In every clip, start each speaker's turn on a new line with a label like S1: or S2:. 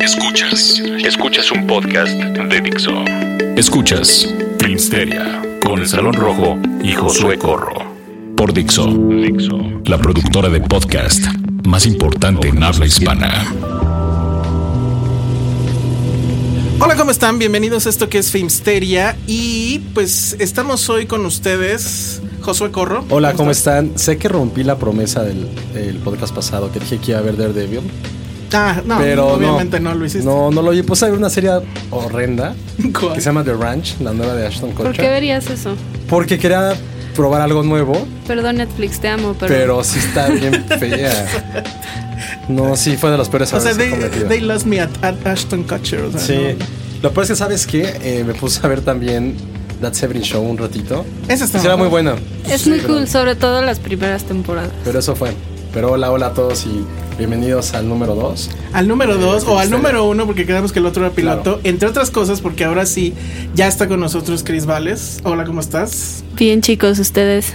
S1: Escuchas, escuchas un podcast de Dixo. Escuchas Filmsteria con el Salón Rojo y Josué Corro. Por Dixo, la productora de podcast más importante en habla hispana.
S2: Hola, ¿cómo están? Bienvenidos a esto que es Filmsteria y pues estamos hoy con ustedes, Josué Corro.
S3: Hola, ¿cómo están? Sé que rompí la promesa del, del podcast pasado que dije que iba a ver Daredevil,
S2: Ah, no,
S3: pero
S2: obviamente no, lo hiciste.
S3: No, no lo vi. Pues hay una serie horrenda
S2: ¿Cuál?
S3: que se llama The Ranch, la nueva de Ashton
S4: ¿Por qué
S3: Kutcher.
S4: verías eso?
S3: Porque quería probar algo nuevo,
S4: Perdón Netflix, te amo, pero,
S3: pero sí está bien fea. No, sí, fue de los peores
S2: o sea,
S3: errores que he
S2: they,
S3: cometido.
S2: they lost me at, at Ashton Kutcher. o sea,
S3: Sí. Lo peor es que, ¿sabes qué? Eh, me puse a ver también That Severin Show un ratito.
S2: no. Esa está
S3: Sí, era muy bueno.
S4: es muy cool, sobre todo las primeras temporadas.
S3: Pero eso fue. Pero hola, hola a todos y bienvenidos al número 2.
S2: Al número
S3: Eh,
S2: dos o al
S3: Filmsteria.
S2: número uno, porque quedamos que el otro era piloto.
S3: Claro.
S2: Entre otras cosas, porque ahora sí ya está con nosotros Chris Vales. Hola, ¿cómo estás?
S4: Bien chicos, ustedes.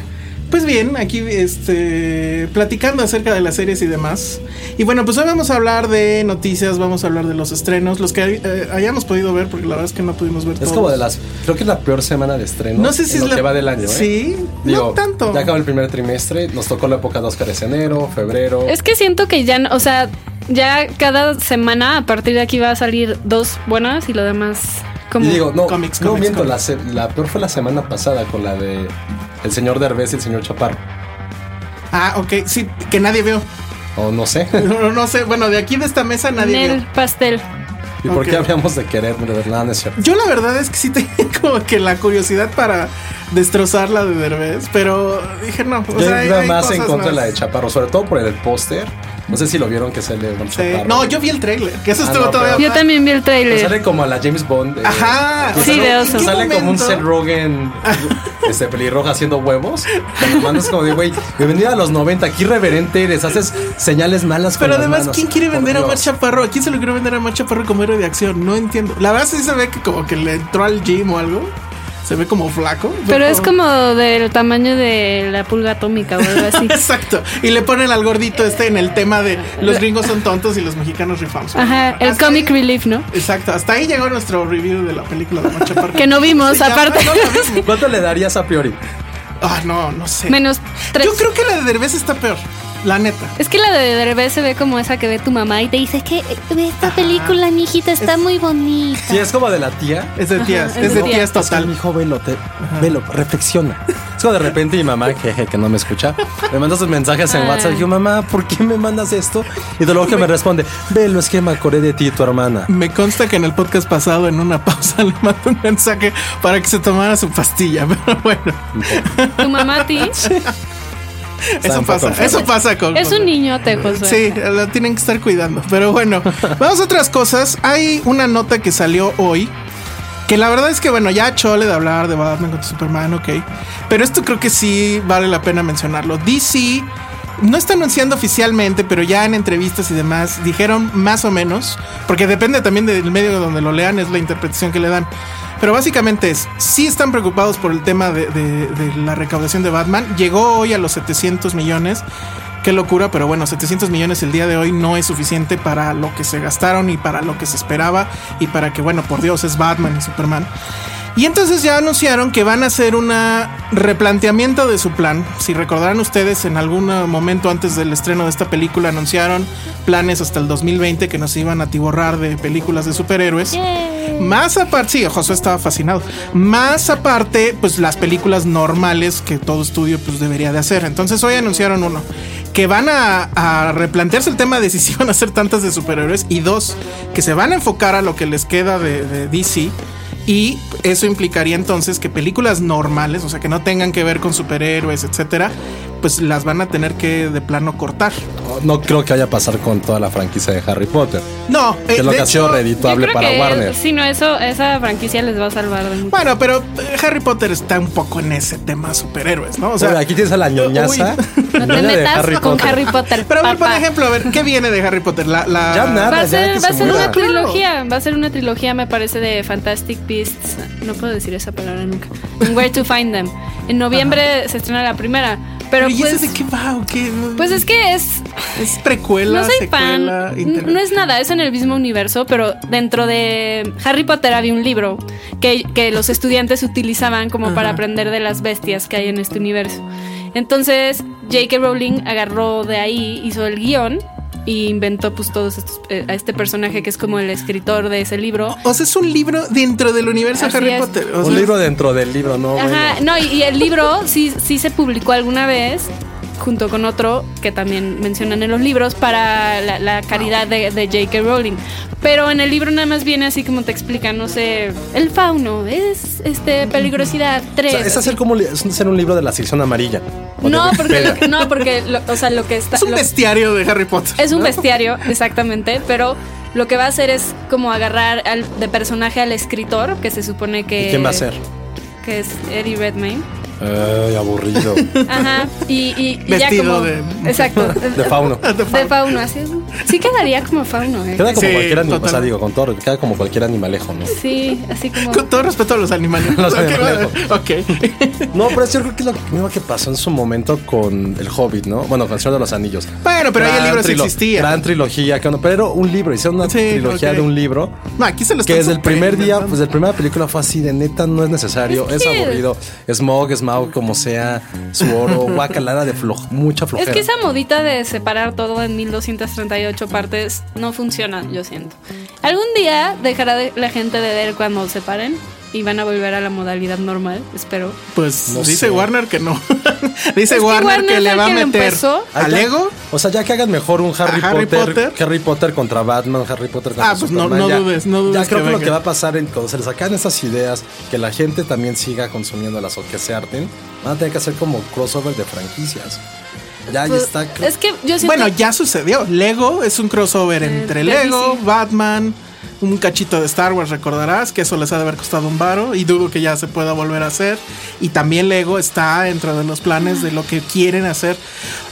S2: Pues bien, aquí este, platicando acerca de las series y demás. Y bueno, pues hoy vamos a hablar de noticias, vamos a hablar de los estrenos, los que eh, hayamos podido ver, porque la verdad es que no pudimos ver
S3: Es
S2: todos.
S3: como de las. Creo que es la peor semana de estreno.
S2: No sé si
S3: en
S2: es
S3: lo
S2: la-
S3: que va del año, ¿eh?
S2: Sí, no tanto.
S3: Ya acabó el primer trimestre. Nos tocó la época de Oscars enero, febrero.
S4: Es que siento que ya, no- o sea, ya cada semana a partir de aquí va a salir dos buenas y lo demás como
S3: y digo, no,
S2: Cómics,
S3: no
S2: cómics,
S3: miento,
S2: cómics.
S3: La, se- la peor fue la semana pasada con la de el señor Derbez y el señor Chaparro.
S2: Ah, ok, sí, que nadie vio.
S3: O no sé.
S2: No, no sé, bueno, de aquí de esta mesa
S4: en
S2: nadie
S4: el
S2: vio.
S4: pastel.
S3: ¿Y por
S2: Ok.
S3: qué hablamos de querer? De verdad, no es cierto.
S2: Yo la verdad es que sí tenía como que la curiosidad para destrozar la de Derbez, pero dije no. O
S3: Yo
S2: sea, hay-
S3: nada
S2: hay
S3: más
S2: cosas
S3: en contra de la
S2: más.
S3: de Chaparro, sobre todo por el póster. No sé si lo vieron que se le
S2: Sí. No, yo vi el trailer, que eso
S3: Ah,
S2: estuvo
S3: no,
S2: todavía.
S4: Yo también vi el
S3: Pero Pues sale
S4: tráiler.
S3: como a la James Bond. eh,
S2: Ajá.
S3: que
S4: Sí,
S3: sale-
S4: de oso.
S3: que Sale
S2: ¿En qué
S3: como un
S2: momento?
S3: Seth Rogen este, pelirrojo haciendo huevos. Cuando mandas como de, güey, bienvenido a los 90, aquí reverente eres, haces señales malas con
S2: Pero
S3: las
S2: además,
S3: manos,
S2: ¿quién quiere
S3: por
S2: vender a
S3: Dios.
S2: Omar Chaparro? ¿A quién se lo quiere vender a Omar Chaparro como héroe de acción? No entiendo. La verdad sí se ve que como que le entró al gym o algo. Se ve como flaco.
S4: Pero es como del tamaño de la pulga atómica o algo así.
S2: Exacto. Y le ponen al gordito este en el tema de los gringos son tontos y los mexicanos rifamos.
S4: Ajá, el
S2: Hasta
S4: comic
S2: ahí-
S4: relief, ¿no?
S2: Exacto. Hasta ahí llegó nuestro review de la película de Omar Chaparro.
S4: Que no vimos,
S2: Sí, ya,
S4: aparte.
S2: no la vimos.
S3: ¿Cuánto le darías a Priori?
S2: Ah, no, no sé.
S4: Menos tres.
S2: Yo creo que la de Derbez está peor. La neta.
S4: Es que la de Derbez se ve como esa que ve tu mamá y te dice "Es que eh, ve esta película, mi hijita, está muy bonita.
S3: Sí, es como de la tía.
S2: Es de tías.
S4: es
S2: Es de
S4: de
S2: tías
S3: Es que,
S2: total.
S3: mijo, velo, te, velo, reflexiona. Es como de repente mi mamá, jeje, que no me escucha, me manda sus mensajes en
S4: Ah.
S3: WhatsApp. Y yo, mamá, ¿por qué me mandas esto? Y de luego que me responde, velo, es que me acordé de ti y tu hermana.
S2: Me consta que en el podcast pasado, en una pausa, le mandó un mensaje para que se tomara su pastilla. Pero bueno,
S4: ¿Tu mamá a ti?
S2: eso
S3: un poco
S2: pasa.
S3: enfermo.
S2: Eso pasa con.
S4: Es un
S2: con-
S4: niñote, Josué.
S2: Sí, la tienen que estar cuidando. Pero bueno, vamos a otras cosas. Hay una nota que salió hoy. Que la verdad es que, bueno, ya chole de hablar de Batman contra Superman, ok. Pero esto creo que sí vale la pena mencionarlo. DC no está anunciando oficialmente, pero ya en entrevistas y demás dijeron más o menos, porque depende también del medio donde lo lean, es la interpretación que le dan. Pero básicamente es, sí están preocupados por el tema de, de- de la recaudación de Batman. Llegó hoy a los 700 millones. Qué locura, pero bueno, 700 millones el día de hoy no es suficiente para lo que se gastaron y para lo que se esperaba y para que, bueno, por Dios, es Batman y Superman. Y entonces ya anunciaron que van a hacer un replanteamiento de su plan. Si recordarán ustedes, en algún momento antes del estreno de esta película anunciaron planes hasta el 2020 que nos iban a tiborrar de películas de superhéroes. Más aparte, sí, Josué estaba fascinado. Más aparte, pues las películas normales que todo estudio pues debería de hacer. Entonces hoy anunciaron uno, que van a, a replantearse el tema de si sí van a hacer tantas de superhéroes y dos, que se van a enfocar a lo que les queda de, de DC. Y eso implicaría entonces que películas normales, o sea, que no tengan que ver con superhéroes, etcétera, pues las van a tener que de plano cortar.
S3: No, no creo que vaya a pasar con toda la franquicia de Harry Potter.
S2: No,
S3: Que
S2: eh,
S3: es lo
S2: de
S3: que ha sido
S2: hecho-
S3: redituable para Warner.
S4: Si no, eso, esa franquicia les va a salvar de mucho.
S2: Bueno, pero eh, Harry Potter está un poco en ese tema superhéroes, ¿no? O sea,
S3: Oye, aquí tienes a la ñoñaza.
S4: no te
S3: ñoña de
S4: metas
S3: Harry
S4: con
S3: Potter.
S4: Harry Potter.
S2: pero a ver, por
S4: papá.
S2: ejemplo, a ver, ¿qué viene de Harry Potter? La, la-
S3: Ya nada.
S4: Va
S3: ya
S4: a
S3: que
S4: ser, va a
S3: se
S4: ser
S3: muera.
S4: una trilogía, va a ser una trilogía, me parece, de Fantastic Beasts. No puedo decir esa palabra nunca. En Where to Find Them. En noviembre se estrena la primera. Pero
S2: Pero ¿y
S4: pues,
S2: ese de qué va o qué?
S4: pues es que es
S2: es precuela,
S4: No soy fan.
S2: secuela, inter-
S4: N- No es nada, es en el mismo universo, pero dentro de Harry Potter había un libro que, que los estudiantes utilizaban como para aprender de las bestias que hay en este universo. Entonces, J.K. Rowling agarró de ahí, hizo el guión y inventó pues todos estos, eh, a este personaje que es como el escritor de ese libro.
S2: O sea, es un libro dentro del universo
S4: Así
S2: de Harry
S4: es.
S2: Potter. o
S3: Un
S2: sea,
S3: libro dentro del libro, ¿no?
S4: Ajá, no, y, y el libro sí, sí se publicó alguna vez junto con otro que también mencionan en los libros para la, la caridad de, de J.K. Rowling. Pero en el libro nada más viene así como te explican, no sé, el fauno es este peligrosidad 3.
S3: O sea, es hacer como li- es hacer un libro de la sección amarilla. O de
S4: no, porque
S3: Wikipedia.
S4: lo, que- no, porque lo- o sea, lo que está
S2: Es un
S4: lo-
S2: bestiario de Harry Potter.
S4: es un bestiario, exactamente, pero lo que va a hacer es como agarrar al, de personaje al escritor, que se supone que
S3: ¿Y quién va a ser?
S4: que es Eddie Redmayne.
S2: Eh,
S3: Ay, aburrido.
S4: Ajá. Y, y- y ya
S2: Vestido
S4: como.
S2: de-
S4: Exacto.
S3: De fauno.
S4: De fauno, así es. Sí quedaría como fauno, ¿eh?
S3: Queda como
S2: Sí,
S3: cualquier animal, o sea,
S2: total.
S3: digo, con todo, queda como cualquier animalejo, ¿no?
S4: Sí, así como.
S2: Con todo respeto a los animales.
S3: Los
S2: Ok,
S3: animales.
S2: ok.
S3: No, pero yo creo que es lo mismo que pasó en su momento con El Hobbit, ¿no? Bueno, con El Señor de los Anillos.
S2: Bueno, pero ahí el libro sí
S3: trilo-
S2: existía.
S3: Gran trilogía, que no- pero era un libro, hicieron una
S2: Sí,
S3: trilogía
S2: ok.
S3: de un libro.
S2: No, aquí se lo
S3: Que
S2: están
S3: desde el primer día,
S2: superinventando.
S3: pues desde la primera película fue así, de neta no es necesario, es,
S4: Es que-
S3: aburrido, es smog, es mau, como sea, su oro, guacalada de floj, mucha
S4: Es
S3: flojera.
S4: que esa modita de separar todo en 1238 partes no funciona, yo siento. Algún día dejará de- la gente de ver cuando separen y van a volver a la modalidad normal, espero.
S2: Pues
S3: No
S2: dice
S3: sé.
S2: Warner que no. dice
S4: Es que
S2: Warner, que
S4: Warner
S2: le
S4: fue
S2: va a
S4: el que lo
S2: meter
S4: empezó.
S3: Ay,
S2: al
S3: ya-
S2: ego.
S3: O sea, ya que hagan mejor un Harry,
S2: ¿A Harry
S3: Potter,
S2: Potter?
S3: Harry Potter contra Batman, Harry Potter contra
S2: Ah, pues no-
S3: Superman,
S2: no
S3: ya-
S2: dudes, no dudes
S3: Ya creo
S2: que
S3: que, lo
S2: venga.
S3: que va a pasar en cuando se le sacan esas ideas, que la gente también siga consumiéndolas o que se harten, van a tener que hacer como crossover de franquicias. Ya ahí
S4: Pues,
S3: está. creo-
S4: Es que yo siento.
S2: Bueno, ya sucedió. Lego es un crossover
S4: Eh,
S2: entre
S4: de
S2: Lego,
S4: DC.
S2: Batman, un cachito de Star Wars, recordarás, que eso les ha de haber costado un varo y dudo que ya se pueda volver a hacer. Y también Lego está dentro de los planes de lo que quieren hacer.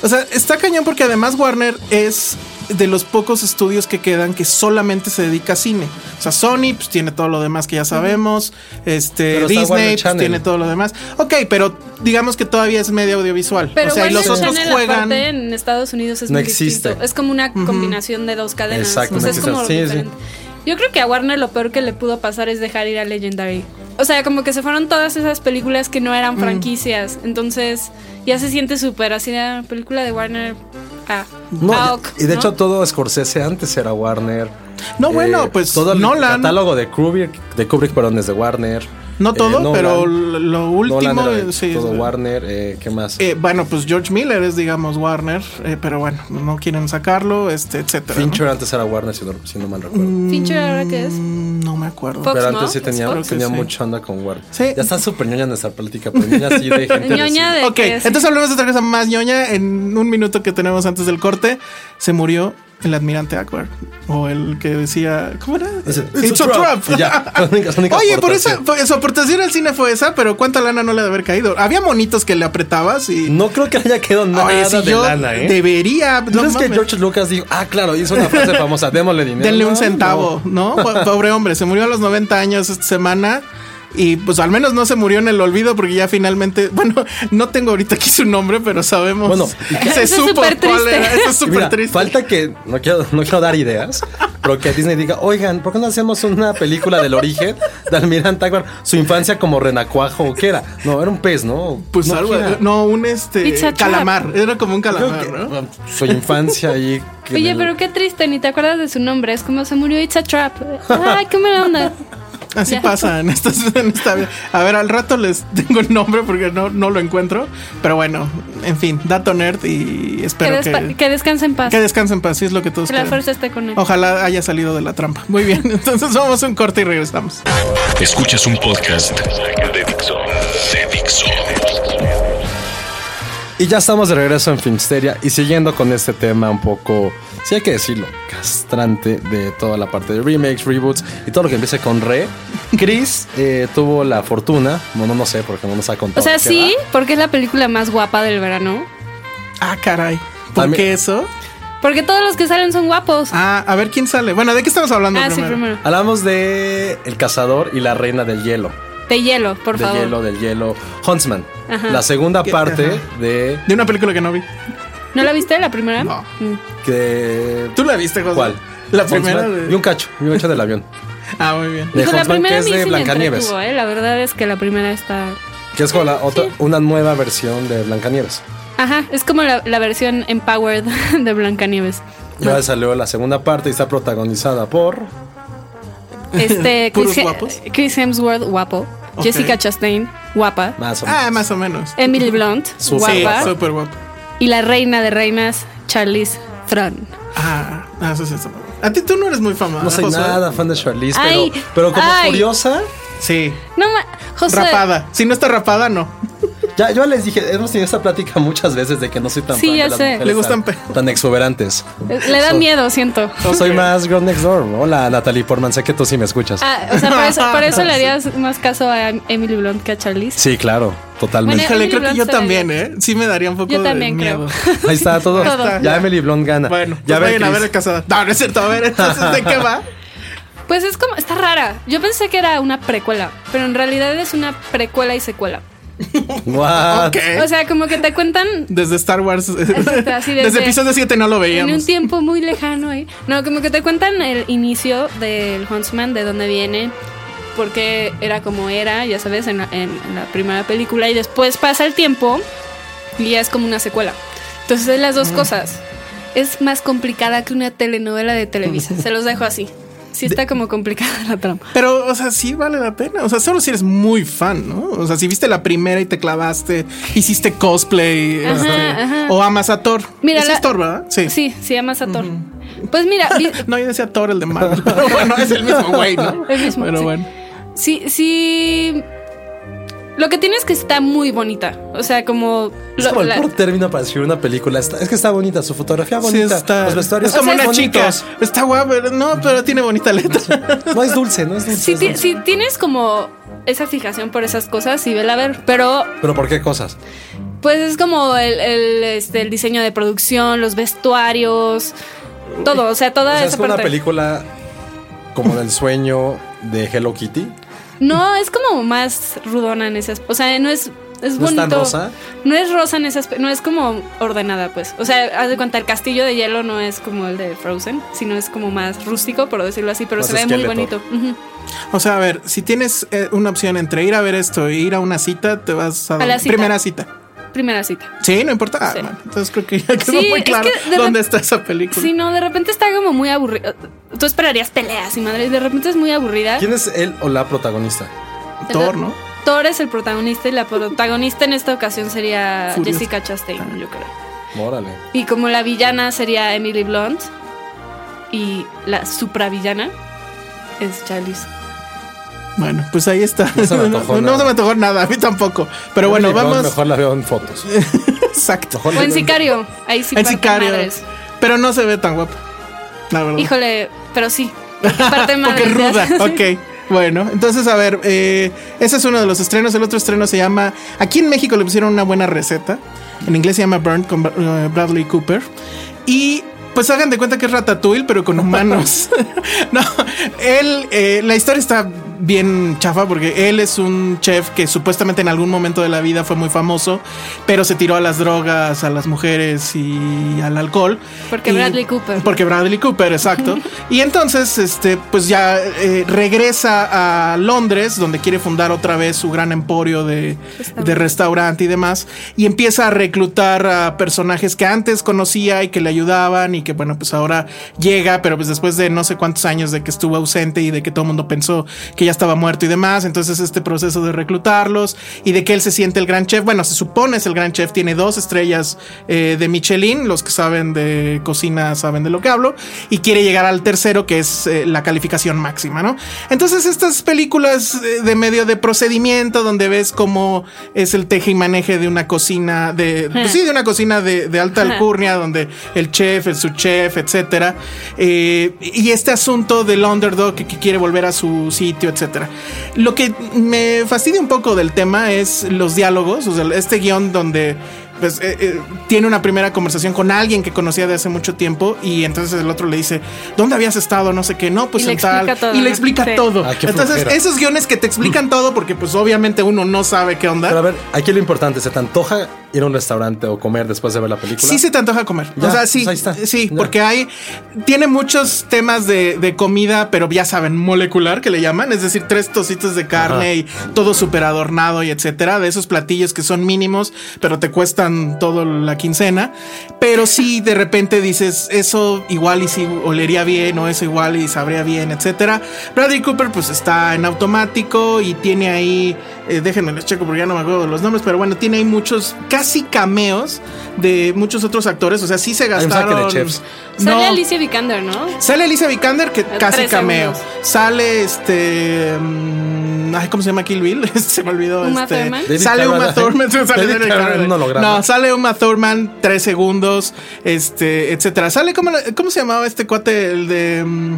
S2: O sea, está cañón porque además Warner es de los pocos estudios que quedan que solamente se dedica a cine. O sea, Sony pues tiene todo lo demás que ya sabemos, este
S3: Pero está Warner
S2: Disney pues,
S3: Channel.
S2: tiene todo lo demás. Ok, pero digamos que todavía es medio audiovisual.
S4: Pero
S2: o sea, y
S4: Warner
S2: los otros
S4: Channel,
S2: juegan
S4: aparte, en Estados Unidos es
S3: No
S4: muy
S3: existe.
S4: distinto. Es como una combinación de dos cadenas.
S3: Exacto,
S4: O sea, es
S3: exacto.
S4: como
S3: Sí, sí.
S4: diferente. Yo creo que a Warner lo peor que le pudo pasar es dejar ir a Legendary. O sea, como que se fueron todas esas películas que no eran franquicias. Entonces, ya se siente súper así la película de Warner. Ah,
S3: No,
S4: ah, ok,
S3: y de
S4: ¿no?
S3: hecho todo Scorsese antes era Warner. Eh,
S2: No, bueno, pues,
S3: todo el
S2: Nolan.
S3: catálogo de Kubrick, de Kubrick, perdón, es de Warner. Eh,
S2: No todo,
S3: Nolan.
S2: pero lo- lo
S3: Nolan
S2: último,
S3: era de
S2: eh, sí,
S3: todo
S2: es-
S3: Warner, eh, ¿qué más?
S2: eh, bueno, pues George Miller es, digamos, Warner, eh, pero bueno, no quieren sacarlo, este, etcétera. ¿no?
S3: Fincher antes era Warner, si no, si no mal recuerdo.
S4: Fincher ahora que es.
S2: Mm, No me acuerdo.
S4: Fox.
S3: Pero
S4: ¿no?
S3: antes sí tenía,
S2: Creo que
S3: tenía
S2: sí.
S3: mucha onda con Warner.
S2: Sí.
S3: Ya está súper ñoña nuestra plática, pero ñoña así de gente. de
S4: Ñoña
S3: cine.
S4: de
S2: Ok,
S4: que es-
S2: entonces hablemos de otra cosa más ñoña. En un minuto que tenemos antes del corte, se murió el admirante Ackbar. O el que decía, ¿cómo era?
S3: Dice, "It's a trap". Y ya, la única- la única
S2: Oye, por
S3: aportación.
S2: eso por- su aportación al cine fue esa, pero ¿cuánta lana no le ha de haber caído? Había monitos que le apretabas y...
S3: No creo que haya quedado nada
S2: Oye, si
S3: de
S2: yo
S3: lana, ¿eh?
S2: debería...
S3: ¿Tú
S2: no
S3: crees que
S2: mames.
S3: George Lucas dijo, ah, claro, hizo una frase famosa, démosle dinero?
S2: Denle
S3: No,
S2: un centavo, ¿no? Po- Pobre hombre, se murió a los 90 años esta semana. Y pues al menos no se murió en el olvido porque ya finalmente, bueno, no tengo ahorita aquí su nombre, pero sabemos.
S3: Bueno,
S2: se
S4: Eso es
S2: supo
S4: súper
S2: cuál era.
S4: triste.
S2: Eso es
S3: Y
S2: súper
S3: mira,
S2: triste.
S3: Falta que, no quiero, no quiero dar ideas, Pero que Disney diga, oigan, ¿por qué no hacemos una película del origen de Almirante Akbar? Su infancia como renacuajo, ¿o ¿qué era? No, era un pez, ¿no?
S2: Pues
S3: No,
S2: algo.
S3: ¿qué era?
S2: No, un este.
S4: Pizza trap.
S2: calamar. Era como un
S3: Creo
S2: calamar,
S3: que-
S2: ¿no?
S3: Su infancia ahí. que
S4: Oye,
S3: me-
S4: pero qué triste, ni te acuerdas de su nombre. Es como se murió It's a Trap. Ay, qué mala onda.
S2: Así
S4: Ya.
S2: pasa en, estas- en esta vida. A ver, al rato les tengo el nombre porque no, no lo encuentro. Pero bueno, en fin, dato nerd y
S4: Que,
S2: espero que,
S4: despa- que descanse en paz.
S2: que descanse en paz. sí es lo que todos
S4: Que la
S2: queremos.
S4: fuerza esté con él.
S2: Ojalá haya salido de la trampa. Muy bien, entonces vamos a un corte y regresamos.
S1: Escuchas un podcast de Dixo. De Dixo.
S3: Y ya estamos de regreso en Filmsteria y siguiendo con este tema un poco, sí hay que decirlo, castrante de toda la parte de remakes, reboots y todo lo que empiece con re. Chris eh, tuvo la fortuna, bueno, no sé porque no nos ha contado.
S4: O sea,
S3: qué
S4: sí,
S3: edad.
S4: porque es la película más guapa del verano.
S2: Ah, caray. ¿Por
S3: También-
S2: qué eso?
S4: Porque todos los que salen son guapos. Ah,
S2: Ah, a ver quién sale. Bueno, ¿de qué estamos hablando
S4: sí,
S2: primero?
S4: primero.
S3: Hablamos de El Cazador y la Reina del Hielo.
S4: De hielo, por
S3: del
S4: favor.
S3: hielo, del hielo. Huntsman.
S4: Ajá.
S3: La segunda
S2: ¿Qué?
S3: parte
S2: Ajá.
S3: de,
S2: De una película que no vi.
S4: ¿No la viste la primera?
S2: No.
S4: Mm.
S3: que-
S2: ¿Tú la viste, José?
S3: ¿Cuál?
S2: La
S3: Huntsman.
S2: primera de-
S3: Y un cacho, y un cacho del avión.
S2: Ah, muy bien.
S3: De
S4: Hijo, la
S3: Huntsman,
S4: primera
S3: que
S4: a
S3: es
S4: mí
S3: de
S4: sí me
S3: Blancanieves.
S4: entretuvo, ¿eh? La verdad es que la primera está...
S3: Que es como la otra, una nueva versión de Blancanieves.
S4: Ajá, es como la, la versión empowered de Blancanieves.
S3: Y ahora salió la segunda parte y está protagonizada por.
S4: Este,
S2: ¿Puros
S4: Chris, He-
S2: guapos?
S4: Chris Hemsworth, guapo.
S2: Ok.
S4: Jessica Chastain, guapa.
S3: Más o menos.
S2: Ah, más o menos.
S4: Emily Blunt,
S3: Súper
S4: guapa.
S2: Sí, súper guapo.
S4: Y la reina de reinas, Charlize Theron.
S2: Ah, ah, eso sí está guapo. A ti tú no eres muy famosa.
S3: No soy
S2: José.
S3: nada fan de Charlize,
S4: Ay,
S3: pero, pero como
S4: ay.
S3: curiosa,
S2: Sí.
S4: No, ma- José.
S2: Rapada. Si no está rapada, no.
S3: ya yo les dije, hemos tenido esta plática muchas veces de que no soy tan
S4: Sí,
S3: fan
S4: ya
S3: de las
S4: sé.
S3: mujeres
S2: Le gustan
S3: tan,
S2: pe-
S3: tan exuberantes.
S4: Le da
S3: So-
S4: miedo, siento.
S3: Soy más Girl Next Door. Hola, Natalie Portman, sé que tú sí me escuchas.
S4: Ah, o sea, por eso, por eso le harías más caso a Emily Blunt que a Charlize.
S3: Sí, claro, totalmente.
S2: Híjole,
S4: Emily
S2: creo que
S4: Blunt
S2: yo
S4: se la
S2: también, ¿eh? Sí me daría un poco
S4: Yo
S2: de
S4: también creo.
S2: miedo.
S3: Ahí está todo.
S4: Todo.
S3: Ya Emily Blunt gana.
S2: Bueno, pues
S3: ya ven,
S2: vayan a
S3: Chris.
S2: ver el casado. No, no es cierto. A ver, entonces, ¿de qué va?
S4: Pues es como, está rara. Yo pensé que era una precuela, pero en realidad es una precuela y secuela.
S3: What?
S2: Ok.
S4: O sea, como que te cuentan
S2: Desde Star Wars.
S4: así
S2: desde,
S4: desde-
S2: episodio 7 no lo
S4: en un
S2: veíamos.
S4: tiempo muy lejano ahí. No, como que te cuentan el inicio del Huntsman, de dónde viene, por qué era como era, ya sabes, en la, en- en la primera película. Y después pasa el tiempo y ya es como una secuela. Entonces es las dos cosas. Es más complicada que una telenovela de Televisa. Se los dejo así. Sí está como complicada la trama.
S2: Pero, o sea, sí vale la pena. O sea, solo si eres muy fan, ¿no? O sea, si viste la primera y te clavaste, hiciste cosplay
S4: Ajá,
S2: este,
S4: ajá.
S2: o amas a Thor.
S4: Mira,
S2: Ese
S4: la-
S2: es Thor, ¿verdad? Sí.
S4: Sí, se llama Sator. Pues mira, vi-
S2: No, yo decía Thor, el de Marvel. Pero bueno, es el mismo güey, ¿no?
S4: El mismo,
S2: Pero
S4: sí.
S2: bueno.
S4: Sí, sí. Lo que tiene es que está muy bonita. O sea, como.
S3: Es
S4: lo-
S3: como el
S4: la-
S3: puro término para describir una película. Está- es que está bonita, su fotografía
S2: Sí,
S3: bonita.
S2: está-
S3: los vestuarios
S2: es como
S3: son
S2: una chica.
S3: bonitos.
S2: Está guapa, pero no, pero tiene bonita letra.
S3: No es dulce, no es dulce.
S4: si,
S3: es
S4: ti-
S3: dulce.
S4: si tienes como esa fijación por esas cosas, sí, vela a ver. Pero
S3: Pero ¿por qué cosas?
S4: pues es como el, el, este, el diseño de producción, los vestuarios, todo. O sea, toda
S3: O sea, es
S4: esa
S3: una
S4: parte.
S3: película como del sueño de Hello Kitty.
S4: No, es como más rudona en esas. O sea, no es. Es
S3: ¿No es
S4: bonito.
S3: tan rosa?
S4: No es rosa en esas. No es como ordenada, pues. O sea, haz de cuenta, el castillo de hielo no es como el de Frozen, sino es como más rústico, por decirlo así, pero
S3: Más
S4: se ve muy bonito.
S3: esqueleto.
S4: Ujú.
S2: O sea, a ver, si tienes eh, una opción entre ir a ver esto e ir a una cita, te vas a,
S4: A la cita.
S2: primera cita.
S4: Primera cita.
S2: Sí, no importa. Ah,
S4: Sí.
S2: bueno, entonces creo que ya quedó
S4: Sí,
S2: muy
S4: es
S2: claro
S4: que de
S2: dónde
S4: rep-
S2: está esa película.
S4: Si no, de repente está como muy aburrida. Tú esperarías peleas y madre, de repente es muy aburrida.
S3: ¿Quién es él o la protagonista?
S2: Thor, ¿no?
S4: Thor es el protagonista y la protagonista en esta ocasión sería
S2: Furiosa.
S4: Jessica Chastain, yo creo.
S3: Órale.
S4: Y como la villana sería Emily Blunt y la supravillana es Charlize.
S2: Bueno, pues ahí está. No
S3: se me antojó
S2: no se
S3: nada.
S2: me antojó nada, a mí tampoco. Pero bueno,
S3: Emily Blunt
S2: vamos.
S3: Mejor la veo en fotos.
S2: Exacto.
S3: Mejor
S4: O
S3: la
S4: en
S3: veo
S4: Sicario, ahí Pues sí
S2: El
S4: parten
S2: sicario.
S4: madres.
S2: Pero no se ve tan guapo. La verdad.
S4: Híjole, pero sí.
S2: Porque
S4: Parte madres,
S2: es ruda.
S4: ya.
S2: Ok. Bueno, entonces a ver, eh, ese es uno de los estrenos. El otro estreno se llama. Aquí en México le pusieron una buena receta. En inglés se llama Burn con Bra- eh, Bradley Cooper. Y pues hagan de cuenta que es Ratatouille, pero con humanos. no, él, eh, la historia está bien chafa porque él es un chef que supuestamente en algún momento de la vida fue muy famoso, pero se tiró a las drogas, a las mujeres y al alcohol.
S4: Porque
S2: Y-
S4: Bradley Cooper.
S2: Porque Bradley Cooper, exacto. y entonces, este, pues ya eh, regresa a Londres, donde quiere fundar otra vez su gran emporio de, de restaurante y demás. Y empieza a reclutar a personajes que antes conocía y que le ayudaban. Y que bueno, pues ahora llega, pero pues después de no sé cuántos años de que estuvo ausente y de que todo el mundo pensó que ya estaba muerto y demás. Entonces, este proceso de reclutarlos y de que él se siente el gran chef. Bueno, se supone es el gran chef, tiene dos estrellas eh, de Michelin. Los que saben de cocina saben de lo que hablo. Y quiere llegar al tercero, que es eh, la calificación máxima, ¿no? Entonces, estas películas eh, de medio de procedimiento, donde ves cómo es el teje y maneje de una cocina, de, pues sí, de una cocina de, de alta alcurnia, donde el chef, el subchef, etcétera. Eh, y este asunto del underdog que, que quiere volver a su sitio, etcétera. Lo que me fastidia un poco del tema es los diálogos, o sea, este guión donde pues, eh, eh, tiene una primera conversación con alguien que conocía de hace mucho tiempo y entonces el otro le dice, ¿dónde habías estado? No sé qué, no, pues
S4: Y le
S2: en tal.
S4: explica todo,
S2: y le
S4: ¿no?
S2: explica
S4: Sí.
S2: todo.
S3: Ah, qué
S2: entonces,
S3: flojera.
S2: esos guiones que te explican todo porque pues obviamente uno no sabe qué onda.
S3: Pero a ver, aquí lo importante, ¿se te antoja ir a un restaurante o comer después de ver la película?
S2: Sí se te antoja comer.
S3: Ya,
S2: o sea, sí.
S3: pues ahí está.
S2: Sí,
S3: Ya.
S2: porque hay. Tiene muchos temas de, de comida, pero ya saben, molecular que le llaman. Es decir, tres tocitos de carne
S3: Ajá.
S2: y todo súper adornado y etcétera. De esos platillos que son mínimos, pero te cuestan toda la quincena. Pero sí, de repente dices, eso igual y si olería bien, o eso igual y sabría bien, etcétera. Bradley Cooper, pues está en automático y tiene ahí. eh, déjenme les checo porque ya no me acuerdo de los nombres, pero bueno, tiene ahí muchos casi cameos de muchos otros actores. O sea, sí se
S3: Hay un saque de
S2: gastaron.
S3: chefs.
S4: Sale
S2: No.
S4: Alicia Vikander, ¿no?
S2: Sale Alicia Vikander, que casi
S4: tres
S2: cameo.
S4: segundos.
S2: Sale este. mm, ay, ¿cómo se llama Kill Bill? se me olvidó.
S4: Uma
S2: este,
S4: Thurman.
S3: David
S2: sale Uma
S3: Cameron.
S2: Thurman. sale
S3: David
S2: David
S3: Cameron
S2: Cameron.
S3: no lo graba.
S2: No, sale Uma Thurman, tres segundos, este, etcétera. Sale, ¿cómo, la- ¿cómo se llamaba este cuate? El de. mm,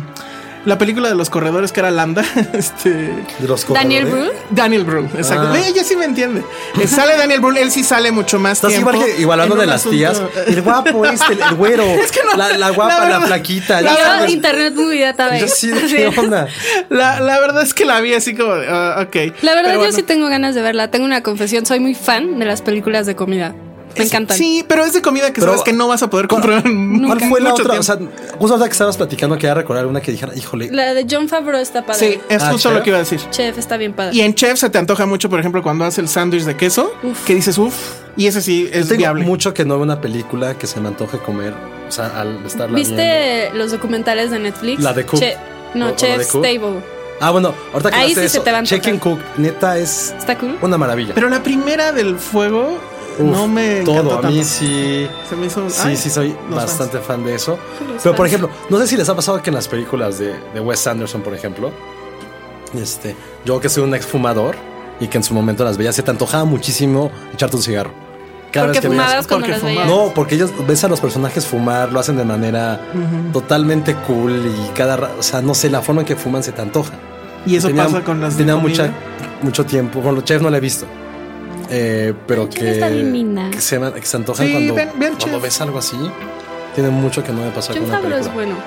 S2: la película de los corredores que era Landa. Este.
S3: De los
S4: Daniel
S3: corredores.
S4: Brühl.
S2: Daniel Brühl, exacto.
S3: Ah.
S2: Ve, ella sí me entiende. Eh, sale Daniel Brühl, él sí sale mucho más
S3: Estás
S2: tiempo.
S3: igual que, igualando
S2: en
S3: de
S2: un
S3: las
S2: asunto-
S3: tías. El guapo este, el, el güero.
S2: Es que no,
S3: la, la
S2: la
S3: guapa, la,
S2: verdad- la
S3: flaquita. ya
S2: verdad-
S4: Yo,
S3: sabes.
S4: Internet Movie
S3: Yo
S4: Database.
S3: sí, ¿de ¿qué
S4: Sí.
S3: onda?
S2: La, la verdad es que la vi así como, de, ah, ok.
S4: La verdad,
S2: Pero
S4: yo
S2: bueno.
S4: sí tengo ganas de verla. Tengo una confesión, soy muy fan de las películas de comida. Me encantan.
S2: Sí, pero es de comida que
S3: Pero-
S2: sabes que no vas a poder comprar en
S3: ¿Cuál
S2: mucho
S3: fue la
S2: tiempo.
S3: otra? O sea, justo ahora que estabas platicando, quería recordar una que dijera, híjole,
S4: La de John Favreau está padre.
S2: sí, es
S3: Ah,
S2: justo
S3: chef.
S2: lo que iba a decir.
S4: Chef está bien padre.
S2: Y en Chef se te antoja mucho, por ejemplo, cuando hace el sándwich de queso,
S4: Uf.
S2: que dices, uff, y ese sí es
S3: tengo
S2: viable.
S3: mucho que no veo una película que se me antoje comer. O sea, al estarla viendo.
S4: ¿Viste los documentales de Netflix?
S3: La de Cook.
S4: Che-
S3: ¿O- o
S4: no,
S3: la
S4: Chef's
S3: de Cook?
S4: Table.
S3: Ah, bueno, ahorita que
S4: Ahí
S3: hablaste de
S4: sí se
S3: eso,
S4: te va a antojar.
S3: Check and Cook, neta, es
S4: ¿Está cool?
S3: una maravilla.
S2: Pero la primera del fuego
S3: Uf,
S2: no me encantó
S3: Todo, a mí
S2: tanto.
S3: sí...
S2: Se me hizo-
S3: Sí,
S2: ay,
S3: sí, soy
S2: los
S3: bastante fan de eso.
S4: Los
S3: Pero, por
S4: fans.
S3: ejemplo, no sé si les ha pasado que en las películas de, de Wes Anderson, por ejemplo, este, yo que soy un ex fumador y que en su momento las veía, se te antojaba muchísimo echarte un cigarro.
S4: Porque
S3: que veías-
S4: fumabas cuando
S2: porque
S4: las
S2: fumabas.
S4: veías.
S3: No, porque ellos ves a los personajes fumar, lo hacen de manera totalmente cool y cada, ra- o sea, no sé, la forma en que fuman se te antoja.
S2: Y eso pasa con las de
S3: Tenía
S2: comida.
S3: mucha, mucho tiempo, con los chefs no la he visto. Eh, pero
S4: Chef
S3: que,
S4: está divina.
S3: que se, me- que se antojan
S2: Sí,
S3: cuando,
S2: ven- ven,
S3: cuando
S2: chef.
S3: ves algo así. Tiene mucho que no me pasó con
S4: John
S3: una
S4: Favreau es
S3: película.
S4: bueno.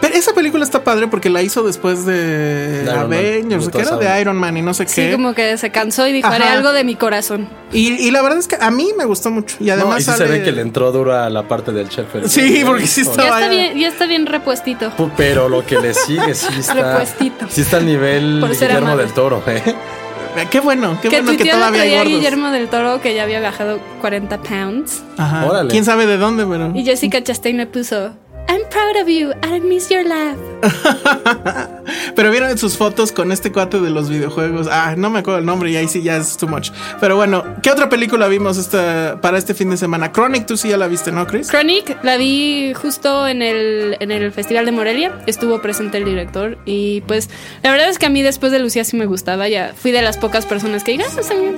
S2: Pero esa película está padre porque la hizo después de
S3: De Iron Man,
S2: Avengers,
S3: de
S2: que era
S3: todas
S2: de
S3: esas.
S2: Iron Man y no sé
S4: Sí,
S2: qué.
S4: como que se cansó y dijo,
S2: Ajá.
S4: haré algo de mi corazón.
S2: Y, y la verdad es que a mí me gustó mucho. Y
S3: No,
S2: además
S3: y sí
S2: sale-
S3: se ve que le entró dura la parte del chef. el-
S2: Sí, porque sí
S4: Ya
S2: Vaya.
S4: está bien, ya está bien repuestito.
S3: Pu- Pero lo que le sigue sí está.
S4: Repuestito.
S3: sí está al nivel
S4: Por ser
S3: Guillermo
S4: amable.
S3: del Toro, ¿eh?
S2: Qué bueno, qué
S4: que
S2: bueno que
S4: tuiteó el otro
S2: todavía hay
S4: día
S2: gordos.
S4: Guillermo del Toro que ya había bajado 40 pounds.
S2: Ajá.
S3: Órale.
S2: Quién sabe de dónde, pero.
S4: Y Jessica Chastain le puso, I'm proud of you, I miss your laugh.
S2: Pero vieron sus fotos con este cuate de los videojuegos. Ah, no me acuerdo el nombre y ahí sí ya es too much. Pero bueno, ¿qué otra película vimos esta, para este fin de semana? Chronic, tú sí ya la viste, ¿no, Chris?
S4: Chronic la vi justo en el, en el Festival de Morelia, estuvo presente el director y pues la verdad es que a mí después de Lucía sí me gustaba, ya fui de las pocas personas que digan, "Ah, está bien".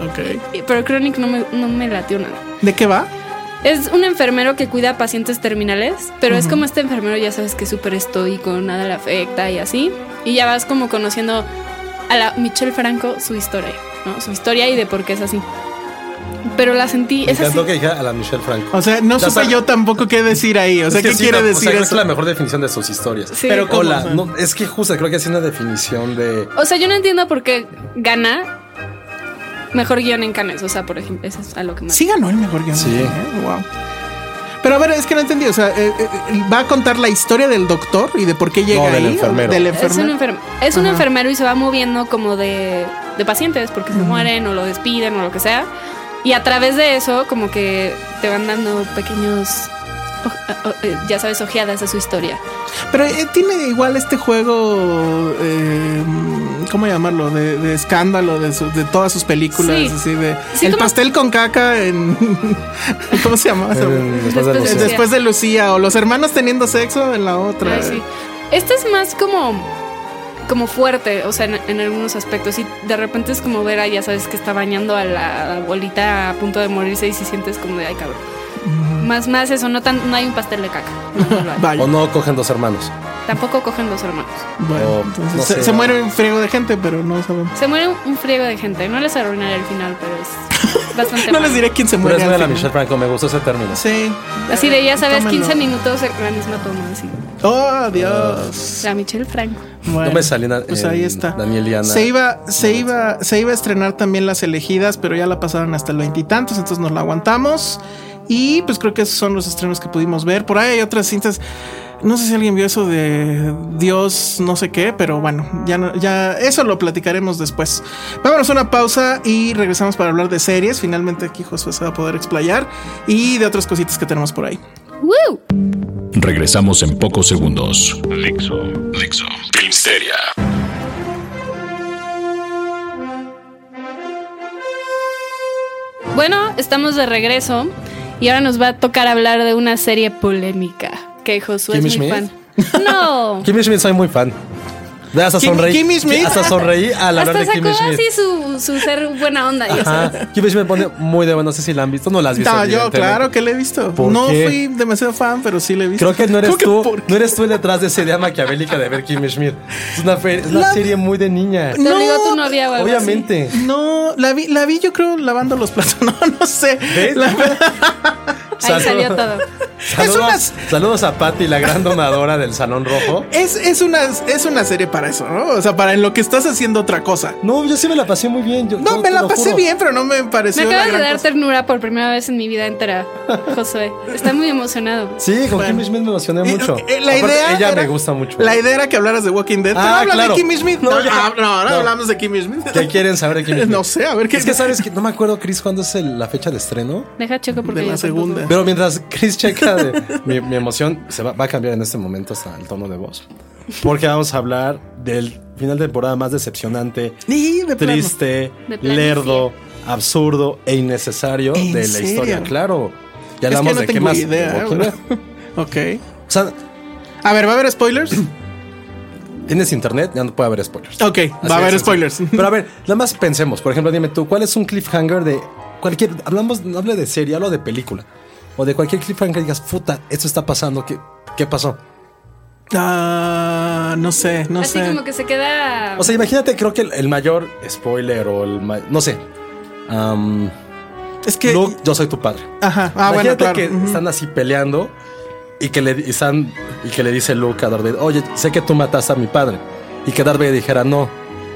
S2: Ok.
S4: Y- pero Chronic no me, no me latió nada.
S2: ¿De qué va?
S4: Es un enfermero que cuida a pacientes terminales, pero es como este enfermero, ya sabes que es súper estoico, nada le afecta y así. Y ya vas como conociendo a la Michelle Franco su historia, ¿no? Su historia y de por qué es así. Pero la sentí.
S3: Me
S4: esa sí-
S3: encantó que dijera a la Michelle Franco.
S2: O sea, no
S3: Ya
S2: supe
S3: está.
S2: yo tampoco qué decir ahí. O sea,
S3: Es que
S2: ¿qué
S3: sí,
S2: quiere
S3: no, o sea,
S2: decir
S3: creo que
S2: eso?
S3: es la mejor definición de sus historias.
S4: Sí.
S2: Pero ¿cómo?
S3: Hola, no, es que justo creo que es una definición de.
S4: O sea, yo no entiendo por qué gana mejor guión en Cannes. O sea, por ejemplo, eso es a lo que más.
S2: Sí ganó el mejor guion.
S3: Sí.
S2: Wow. Pero a ver, es que no entendí. O sea, eh, eh, va a contar la historia del doctor y de por qué llega
S3: No, del
S2: ahí.
S3: enfermero.
S2: Del
S4: Es
S2: enfermero.
S4: un, enfermo, es un
S2: Ajá.
S4: enfermero y se va moviendo como de, de pacientes porque se mueren o lo despiden o lo que sea. Y a través de eso, como que te van dando pequeños, o- o- eh, ya sabes, ojeadas a su historia.
S2: Pero eh, tiene igual este juego, eh, ¿cómo llamarlo? De, de escándalo de, su- de todas sus películas.
S4: Sí.
S2: Así de.
S4: Sí,
S2: el
S4: como-
S2: pastel con caca en. ¿Cómo se llama?
S3: Eh, después de
S4: Después
S3: los-
S4: de-
S3: Después-
S2: Después de Lucía o los hermanos teniendo sexo en la otra.
S4: Ay, sí. Este es más como como fuerte, o sea, en, en algunos aspectos. Y de repente es como ver a, ya sabes, que está bañando a la abuelita a punto de morirse y si sientes como de, ay, cabrón. Más, más eso, no, tan, no hay un pastel de caca. No, no lo hay.
S2: Vaya.
S3: O no cogen dos hermanos.
S4: Tampoco cogen los hermanos.
S2: Bueno,
S3: O,
S2: entonces
S3: no
S2: se,
S3: sé.
S2: se muere un friego de gente, pero no sabemos.
S4: Se muere un friego de gente. No les arruinaré el final, pero es bastante
S2: No
S4: malo.
S2: les diré quién se
S3: Pero
S2: muere.
S3: es
S2: al
S3: buena la
S2: final.
S3: Michelle Franco, me gustó ese término.
S2: Sí.
S4: Así de, ya sabes, 15
S2: Tómalo.
S4: minutos en la misma toma. Así.
S2: Oh, Dios.
S4: La Michelle Franco.
S2: Bueno,
S3: no me salí na-
S2: Pues
S3: en
S2: ahí está.
S3: Daniel y Ana.
S2: Se iba, se iba, se iba a estrenar también las elegidas, pero ya la pasaron hasta el veintitantos, entonces nos la aguantamos. Y pues creo que esos son los estrenos que pudimos ver. Por ahí hay otras cintas. No sé si alguien vio eso de Dios, no sé qué, pero bueno, ya, no- ya eso lo platicaremos después. Vámonos a una pausa y regresamos para hablar de series. Finalmente aquí Josué se va a poder explayar y de otras cositas que tenemos por ahí.
S4: ¡Woo!
S1: Regresamos en pocos segundos. Dixo. Dixo. Filmsteria.
S4: Bueno, estamos de regreso y ahora nos va a tocar hablar de una serie polémica que Josué es muy
S3: ¿Kimmy
S4: fan. No.
S3: Kimmy Schmidt, soy muy fan. Ve, hasta
S2: Kim-
S3: sonreí.
S2: Kimmy Schmidt.
S3: Hasta sonreí al hablar
S4: Hasta
S3: de
S4: sacó
S3: Kimmy Schmidt.
S4: así su, su ser buena onda. ya sabes.
S3: Ajá. Kimmy Schmidt pone muy de bueno. No sé si la han visto. No la has visto.
S2: No, yo
S3: evidentemente.
S2: claro que le he visto.
S3: ¿Por
S2: No
S3: qué?
S2: fui demasiado fan, pero sí le he visto.
S3: Creo que no eres
S2: ¿Cómo
S3: tú.
S2: por
S3: No eres tú el detrás de esa idea maquiavélica de ver Kimmy Schmidt. Es una, fe- es una
S2: La-
S3: serie muy de niña.
S4: Te obligó a tu
S2: No,
S4: novia o algo
S3: Obviamente.
S2: No, la vi, la vi yo creo lavando los platos. No, no sé.
S3: ¿Ves?
S2: La-
S4: así.
S3: Saludos-
S4: Ahí salió todo.
S3: Saludos,
S2: una-
S3: saludos a Patty, la gran donadora del Salón Rojo.
S2: es, es, una, es una serie para eso, ¿no? O sea, para en lo que estás haciendo otra cosa.
S3: No, yo sí me la pasé muy bien. yo-
S2: No,
S3: yo
S2: me
S3: te
S2: la
S3: lo
S2: pasé
S3: juro.
S2: bien, pero no me
S4: Me
S2: pareció. la
S4: acabas de
S2: gran
S4: dar
S2: cosa.
S4: ternura por primera vez en mi vida entera, Josué. Está muy emocionado.
S3: Sí, con Kimmy Schmidt me emocioné mucho.
S2: Eh, eh, La
S3: Aparte,
S2: idea
S3: ella
S2: era-
S3: me gusta mucho.
S2: La idea era que hablaras de Walking Dead. pero
S3: Ah,
S2: habla
S3: claro.
S2: de Kimmy Schmidt.
S3: No,
S2: No,
S3: ya.
S2: ah, no, ahora
S3: No.
S2: hablamos de Kimmy Schmidt.
S3: ¿Qué quieren saber de Kimmy Schmidt?
S2: No sé, a ver qué.
S3: Es que sabes que no me acuerdo, Chris, cuándo es el- la fecha de estreno.
S4: Deja checo porque
S2: De la
S4: yo tampoco-
S2: segunda.
S3: Pero mientras Chris checa de- mi, mi emoción, se va, va a cambiar en este momento hasta el tono de voz. Porque vamos a hablar del final de temporada más decepcionante,
S2: Ni de plano.
S3: triste,
S4: De plano,
S3: lerdo, absurdo e innecesario
S2: ¿En
S3: de la
S2: serio?
S3: historia. Claro. Ya
S2: Es que
S3: hablamos
S2: no
S3: de qué
S2: tengo
S3: más.
S2: idea,
S3: de
S2: eh,
S3: Walking Dead.
S2: Ok.
S3: O sea,
S2: A ver, ¿va a haber spoilers?
S3: tienes internet, ya no puede haber spoilers.
S2: Ok,
S3: Así
S2: va a
S3: de
S2: haber
S3: sencillo.
S2: spoilers.
S3: Pero a ver, nada más pensemos. Por ejemplo, dime tú, ¿cuál es un cliffhanger de cualquier. Hablamos, no hable de serie, hablo de película. O de cualquier cliffhanger que digas, puta, esto está pasando, ¿qué, qué pasó?
S2: Ah, no sé, no
S4: Así
S2: sé.
S4: como que se queda.
S3: O sea, imagínate, creo que el, el mayor spoiler o el. ma- No sé. Am,
S2: Es que.
S3: Luke, yo soy tu padre.
S2: Ajá. Ah, bueno,
S3: imagínate
S2: claro.
S3: que
S2: Ujú.
S3: están así peleando y que, le, y están- y que le dice Luke a Darth Vader, oye, sé que tú mataste a mi padre. Y que Darth Vader dijera, no,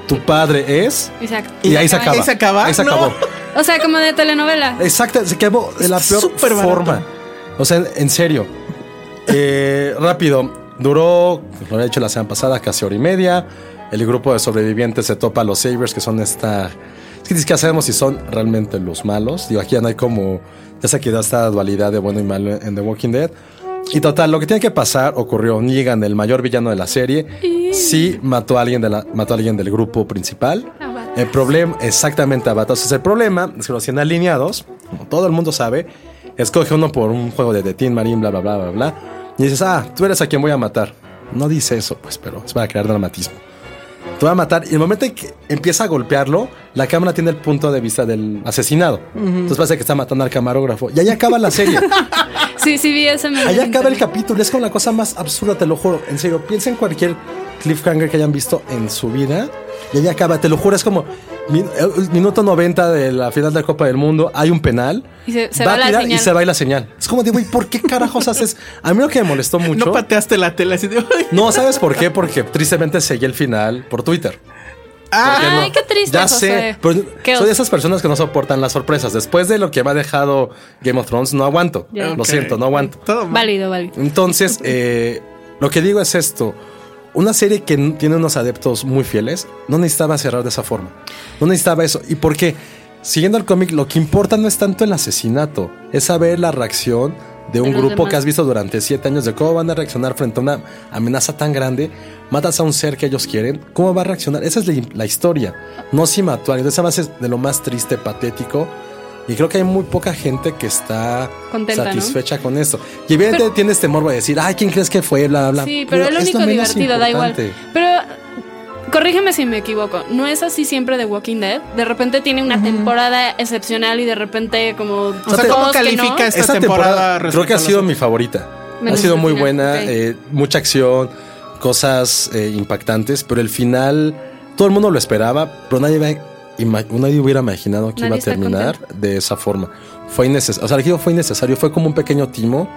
S3: tu padre es.
S4: Y se ac-
S3: Y ahí se acaba. Eh,
S2: ¿Ahí se acaba?
S3: Ahí se
S2: No.
S3: acabó.
S4: O sea, como de telenovela.
S3: Exacto, se quedó de la
S2: Está
S3: peor
S2: súper barato.
S3: forma. O sea, en, en serio. Eh, rápido, duró, pues lo había hecho la semana pasada, casi hora y media. El grupo de sobrevivientes se topa a los Sabers, que son esta. Es que ni siquiera sabemos si son realmente los malos. Digo, aquí ya no hay como. Ya se quedó esta dualidad de bueno y malo en The Walking Dead. Y total, lo que tiene que pasar ocurrió. Negan, el mayor villano de la serie, sí mató a alguien, de la- mató a alguien del grupo principal.
S2: Ah,
S4: A batazos.
S3: El problema, exactamente, a batazos. El problema es que los 100 alineados, como todo el mundo sabe, escoge uno por un juego de The Teen Marine, bla, bla, bla, bla, bla. Y dices, ah, tú eres a quien voy a matar. No dice eso, pues, pero es para crear dramatismo. Te va a matar. Y el momento en que empieza a golpearlo, la cámara tiene el punto de vista del asesinado. Entonces parece que está matando al camarógrafo. Y ahí acaba la serie.
S4: Sí, sí, vi ese meme.
S3: Ahí
S4: en
S3: acaba el
S4: internet.
S3: capítulo. Es como la cosa más absurda, te lo juro. En serio, piensa en cualquier cliffhanger que hayan visto en su vida. Y ahí acaba, te lo juro, es como min- el minuto 90 de la final de la Copa del Mundo, hay un penal.
S4: Y se- se
S3: va
S4: va la
S3: a tirar y
S4: señal.
S3: se va y la señal. Es como de, güey, ¿por qué carajos haces? A mí lo que me molestó mucho.
S2: No pateaste la tela así de. "Ay".
S3: No, ¿sabes por qué? Porque tristemente seguí el final por Twitter.
S2: Ah,
S4: Ay, qué triste,
S3: Ya
S4: José.
S3: sé, pero
S4: Qué
S3: soy
S4: os-
S3: de esas personas que no soportan las sorpresas. Después de lo que me ha dejado Game of Thrones, no aguanto.
S4: Ya.
S3: Lo
S2: Ok.
S3: siento, no aguanto.
S2: todo mal.
S4: Válido, válido.
S3: Entonces, eh, lo que digo es esto. Una serie que n- tiene unos adeptos muy fieles no necesitaba cerrar de esa forma. No necesitaba eso. ¿Y por qué? Siguiendo el cómic, lo que importa no es tanto el asesinato, es saber la reacción de un
S4: los
S3: grupo
S4: demás.
S3: que has visto durante siete años de cómo van a reaccionar frente a una amenaza tan grande. Matas a un ser que ellos quieren, ¿cómo va a reaccionar? Esa es la, la historia. No si mató a alguien. Esa más es de lo más triste, patético. Y creo que hay muy poca gente que está
S4: Contenta, ¿no?
S3: satisfecha fecha con esto. Y evidentemente tienes temor de decir, ay, ¿quién crees que fue? Bla, bla, bla.
S4: Sí, pero es lo único
S3: menos
S4: divertido, da igual.
S3: importante.
S4: Pero corrígeme si me equivoco, no es así siempre de Walking Dead. De repente tiene una temporada excepcional y de repente como
S2: O sea,
S4: dos
S2: ¿cómo
S4: que no.
S2: calificas?
S3: Esta
S2: Esta
S3: temporada,
S2: temporada
S3: creo que
S2: respecto a
S3: ha
S2: las
S3: sido
S2: otras.
S3: mi favorita.
S4: Me
S3: ha sido
S4: gusta el
S3: muy
S4: final,
S3: buena,
S4: ok.
S3: eh, mucha acción, cosas eh, impactantes, pero el final todo el mundo lo esperaba, pero nadie, iba- ima- nadie hubiera imaginado que
S4: Nadie
S3: iba a
S4: está
S3: terminar de esa forma. Fue innecesario, o sea, el giro fue innecesario, fue como un pequeño timo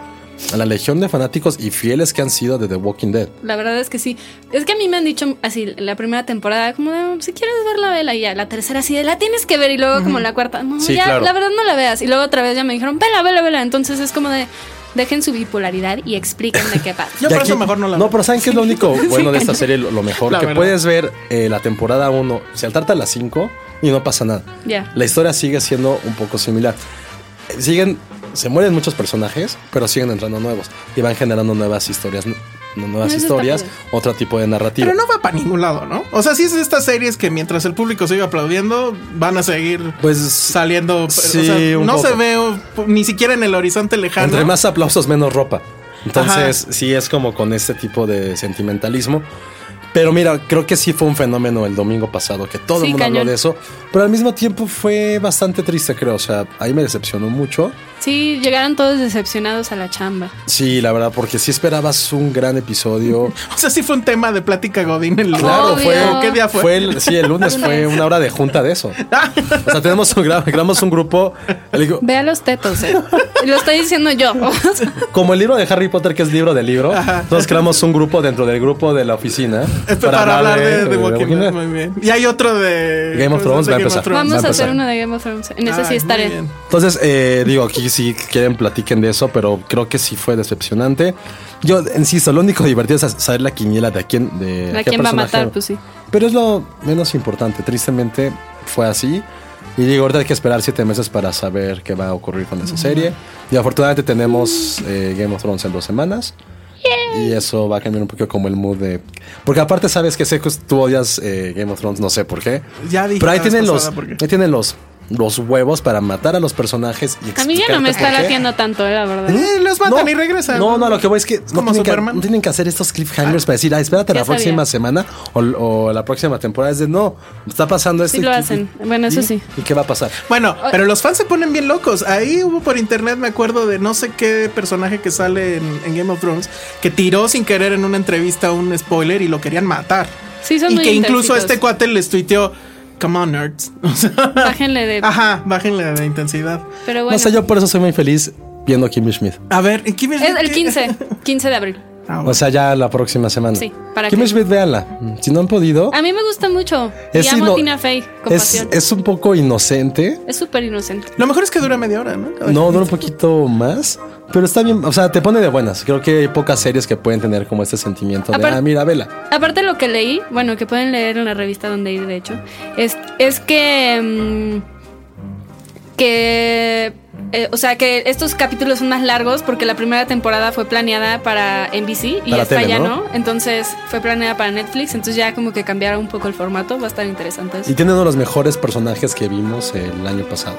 S3: a la legión de fanáticos y fieles que han sido de The Walking Dead.
S4: La verdad es que sí. Es que a mí me han dicho así la primera temporada, como de, si quieres verla, vela y ya. La tercera así de, la tienes que ver. Y luego como la cuarta, no,
S3: Sí,
S4: ya,
S3: claro.
S4: la verdad no la veas. Y luego otra vez ya me dijeron, vela, vela, vela. Entonces es como de, dejen su bipolaridad y expliquen de qué pasa.
S2: Yo
S3: De
S2: por eso
S3: aquí-
S2: mejor no la
S3: No,
S2: veo.
S3: pero ¿saben qué es lo único bueno de esta
S4: cañón.
S3: serie? Lo, lo mejor.
S2: La
S3: que
S2: verdad.
S3: puedes ver eh, la temporada 1, saltarte a la 5 y no pasa nada.
S4: Ya.
S3: La historia sigue siendo un poco similar. Eh, Siguen, se mueren muchos personajes, pero siguen entrando nuevos y van generando nuevas historias, nu- nuevas
S4: Eso está
S3: historias,
S4: padre.
S3: otro tipo de narrativa.
S2: Pero no va para ningún lado, ¿no? O sea, sí es de estas series que mientras el público siga aplaudiendo, van a seguir
S3: Pues,
S2: saliendo. pero,
S3: sí,
S2: o sea,
S3: un
S2: no
S3: poco.
S2: se ve o, ni siquiera en el horizonte lejano.
S3: Entre más aplausos, menos ropa. Entonces,
S2: Ajá.
S3: sí es como con este tipo de sentimentalismo. Pero mira, creo que sí fue un fenómeno el domingo pasado, que todo
S4: Sí,
S3: el mundo habló
S4: cañón.
S3: de eso. Pero al mismo tiempo fue bastante triste, creo. O sea, ahí me decepcionó mucho.
S4: Sí, llegaron todos decepcionados a la chamba.
S3: Sí, la verdad, porque sí esperabas un gran episodio.
S2: O sea, sí fue un tema de plática Godín el
S3: Claro,
S4: Obvio.
S3: fue.
S2: ¿O ¿Qué día fue?
S3: el, sí, el lunes fue
S4: Lunes.
S3: una hora de junta de eso. O sea, tenemos un, gra- creamos un grupo. le digo,
S4: Ve a los tetos, eh. Lo estoy diciendo yo.
S3: Como el libro de Harry Potter, que es libro de libro,
S2: Ajá.
S3: entonces creamos un grupo dentro del grupo de la oficina. eh,
S2: Este, para, hablar de, de Walking Dead. Muy bien. Y hay otro de
S3: Game of Thrones,
S2: de
S3: va a
S2: Game of
S3: empezar.
S2: Thrones.
S4: Vamos
S3: Va
S4: a
S3: a
S4: hacer
S3: empezar.
S4: una de Game of Thrones. En esa sí
S2: Ay,
S4: estaré.
S2: muy bien.
S3: Entonces, eh, digo, aquí si quieren platiquen de eso, pero creo que sí fue decepcionante. Yo insisto, lo único divertido es saber la quiniela de a quién, de
S4: ¿A
S3: qué
S4: quién va a
S3: personaje.
S4: matar? Pues sí.
S3: Pero es lo menos importante. Tristemente fue así. Y digo, ahorita hay que esperar siete meses para saber qué va a ocurrir con esa serie. Y afortunadamente tenemos eh, Game of Thrones en dos semanas. Y eso va a cambiar un poquito como el mood de... Porque aparte sabes que sé que tú odias eh, Game of Thrones, no sé por qué.
S2: Ya dije
S3: Pero ahí
S2: la vez
S3: tienen, los,
S2: pasada por qué.
S3: ahí tienen los, los huevos para matar a los personajes y
S4: A mí ya no
S3: explicarte por
S4: me está
S3: qué.
S4: latiendo tanto, eh, la verdad.
S2: Eh, los matan y regresan.
S3: No, no, lo que voy es que no
S2: Como
S3: tienen que,
S2: Superman.
S3: no tienen que hacer estos cliffhangers para decir, ah, espérate
S4: Ya
S3: la próxima semana o, o la próxima temporada. Es de, no, está pasando esto.
S4: Sí lo
S3: y-
S4: hacen.
S3: y-
S4: Bueno, eso
S3: y-
S4: sí.
S3: ¿Y qué va a pasar?
S2: Bueno, pero los fans se ponen bien locos. Ahí hubo por internet, me acuerdo de no sé qué personaje que sale en, en Game of Thrones que tiró sin querer en una entrevista un spoiler y lo querían matar.
S4: Sí, son
S2: y
S4: muy
S2: que incluso
S4: intensitos.
S2: este cuate les tuiteó, come on, nerds. O sea,
S4: Bájenle de.
S2: Ajá, bájenle de intensidad.
S4: Pero bueno.
S3: No sé, yo por eso soy muy feliz viendo Kimmy Schmidt.
S2: A ver, ¿en qué me-
S4: Es el
S2: qué-
S4: 15, 15 de abril.
S2: Ah, bueno.
S3: O sea, ya la próxima semana.
S4: Sí, para
S3: Kimmy
S4: que-
S3: Schmidt, véanla. Si no han podido,
S4: A mí me gusta mucho.
S3: Oh. Es
S4: y amo
S3: ino-
S4: a Tina Fey con
S3: es,
S4: pasión.
S3: es un poco inocente.
S4: Es súper inocente.
S2: Lo mejor es que dura media hora, ¿no? Cada
S3: No,
S2: quien.
S3: dura un poquito más. Pero está bien, o sea, te pone de buenas. Creo que hay pocas series que pueden tener como este sentimiento de,
S4: Aparte-
S3: ah, mira, vela.
S4: Aparte lo que leí, bueno, que pueden leer en la revista donde ir, de hecho, es, es que... mm, que... eh, o sea, que estos capítulos son más largos porque la primera temporada fue planeada para NBC y
S3: Para
S4: esta
S3: tele,
S4: ya
S3: ¿no?
S4: ¿no? Entonces fue planeada para Netflix, entonces ya como que cambiaron un poco el formato, va a estar interesante eso.
S3: Y tiene uno de los mejores personajes que vimos el año pasado.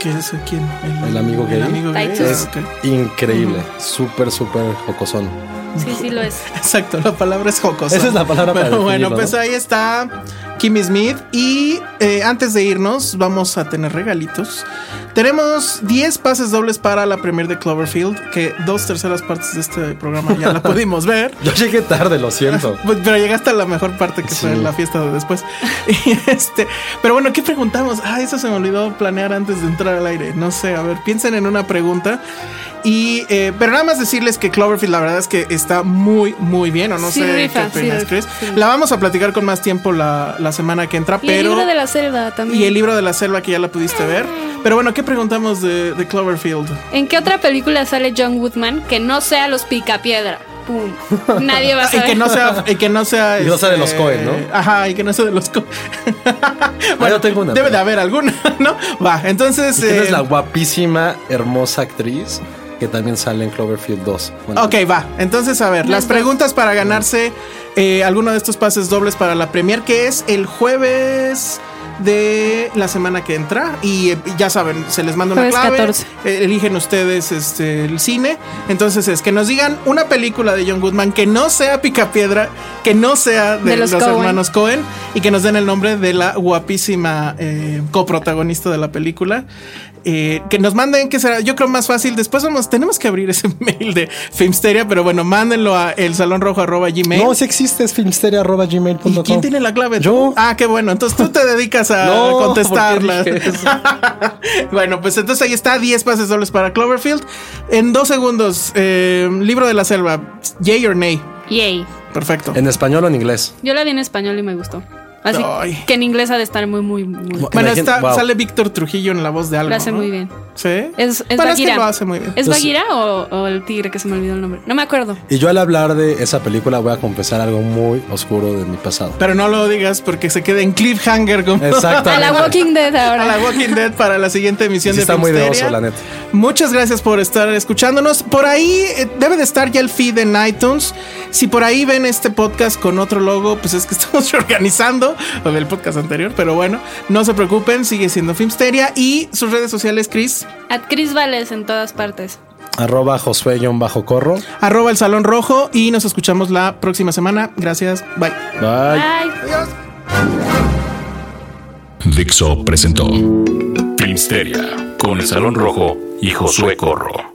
S2: ¿Qué es quién?
S3: El amigo gay.
S2: El amigo gay.
S4: Titus.
S3: Es
S2: Ah, ok.
S3: increíble. Súper, súper jocosón.
S4: Sí, sí lo es.
S2: Exacto, la palabra es jocosa.
S3: Esa es la palabra para
S2: Pero bueno,
S3: definirlo,
S2: pues
S3: ¿no?
S2: ahí está Kimmy Smith. Y eh, antes de irnos, vamos a tener regalitos. Tenemos 10 pases dobles para la premier de Cloverfield, que dos terceras partes de este programa ya la pudimos ver.
S3: Yo llegué tarde, lo siento.
S2: Pues, Pero llegaste a la mejor parte que fue
S3: Sí.
S2: la fiesta de después. Y este, pero bueno, ¿qué preguntamos? Ah, eso se me olvidó planear antes de entrar al aire. No sé, a ver, piensen en una pregunta. Y, eh, pero nada más decirles que Cloverfield, la verdad es que está muy, muy bien. O no
S4: Sí,
S2: sé
S4: rifa,
S2: qué
S4: sí,
S2: opinas,
S4: rifa,
S2: Chris.
S4: sí.
S2: La vamos a platicar con más tiempo la, la semana que entra,
S4: Y el
S2: pero.
S4: libro de la Ah. selva también.
S2: y el libro de la selva que ya la pudiste ver. Pero bueno, ¿qué preguntamos de, de Cloverfield?
S4: ¿En qué otra película sale John Woodman que no sea Los Picapiedra? Pum. Nadie va a
S2: Ah, Y
S4: saber.
S2: que no sea. Y que no sea. este,
S3: Y no sea de los Coen, ¿no?
S2: Ajá, y que no sea de los Cohen.
S3: Ah, yo tengo una.
S2: Debe de haber alguna, ¿no? Va, entonces.
S3: Y tienes
S2: eh,
S3: la guapísima, hermosa actriz que también sale en Cloverfield 2. Bueno,
S2: Ok, va. Entonces, a ver, las
S4: dos.
S2: preguntas para ganarse eh, alguno de estos pases dobles para la Premier, que es el jueves de la semana que entra. Y eh, ya saben, se les manda una
S4: Jueves
S2: clave.
S4: 14.
S2: eh, eligen ustedes este, el cine. Entonces, es que nos digan una película de John Goodman que no sea Picapiedra, que no sea de,
S4: De
S2: los,
S4: los Coen.
S2: hermanos Cohen y que nos den el nombre de la guapísima eh, coprotagonista de la película. Eh, que nos manden, que será, yo creo más fácil. Después vamos, tenemos que abrir ese mail de Filmsteria, pero bueno, mándenlo a el salón rojo gmail.
S3: No, si existe, es filmsteria.gmail.com.
S2: ¿Y quién tiene la clave?
S3: Yo.
S2: Ah, qué bueno. Entonces tú te dedicas a
S3: No, ¿por qué
S2: contestarla.
S3: dije eso?
S2: bueno, pues entonces ahí está: 10 pases dobles para Cloverfield. En dos segundos, eh, libro de la selva, yay or nay.
S4: Yay.
S2: Perfecto.
S3: ¿En español o en inglés?
S4: Yo la vi en español y me gustó. Así
S2: Ay.
S4: que en inglés ha de estar muy, muy, muy.
S2: Bueno,
S3: Imagín-
S2: está,
S3: wow.
S2: sale Víctor Trujillo en la voz de algo.
S4: Lo hace
S2: ¿no?
S4: muy bien.
S2: Sí.
S4: Es, es
S2: Bueno, es que
S4: Bagheera.
S2: lo hace muy bien.
S4: ¿Es
S3: Yo
S4: Bagheera o, o el tigre que se me olvidó el nombre? No me acuerdo.
S3: Y yo al hablar de esa película voy a confesar algo muy oscuro de mi pasado.
S2: Pero no lo digas porque se queda en cliffhanger como
S4: A
S3: Exactamente.
S4: la Walking Dead
S2: a la
S4: ahora.
S2: Walking Dead para la siguiente
S3: Sí
S2: emisión de
S3: está muy de
S2: Filmsteria.
S3: oso, la neta.
S2: Muchas gracias por estar escuchándonos. Por ahí eh, debe de estar ya el feed en iTunes. Si por ahí ven este podcast con otro logo, pues es que estamos reorganizando o del podcast anterior. Pero bueno, no se preocupen, sigue siendo Filmsteria y sus redes sociales, Chris.
S4: At Chris Vales en todas partes.
S3: Arroba Josué-Corro.
S2: Arroba el Salón Rojo y nos escuchamos la próxima semana. Gracias. Bye.
S3: Bye.
S4: Bye.
S1: Dixo presentó Filmsteria con el Salón Rojo y Josué Corro.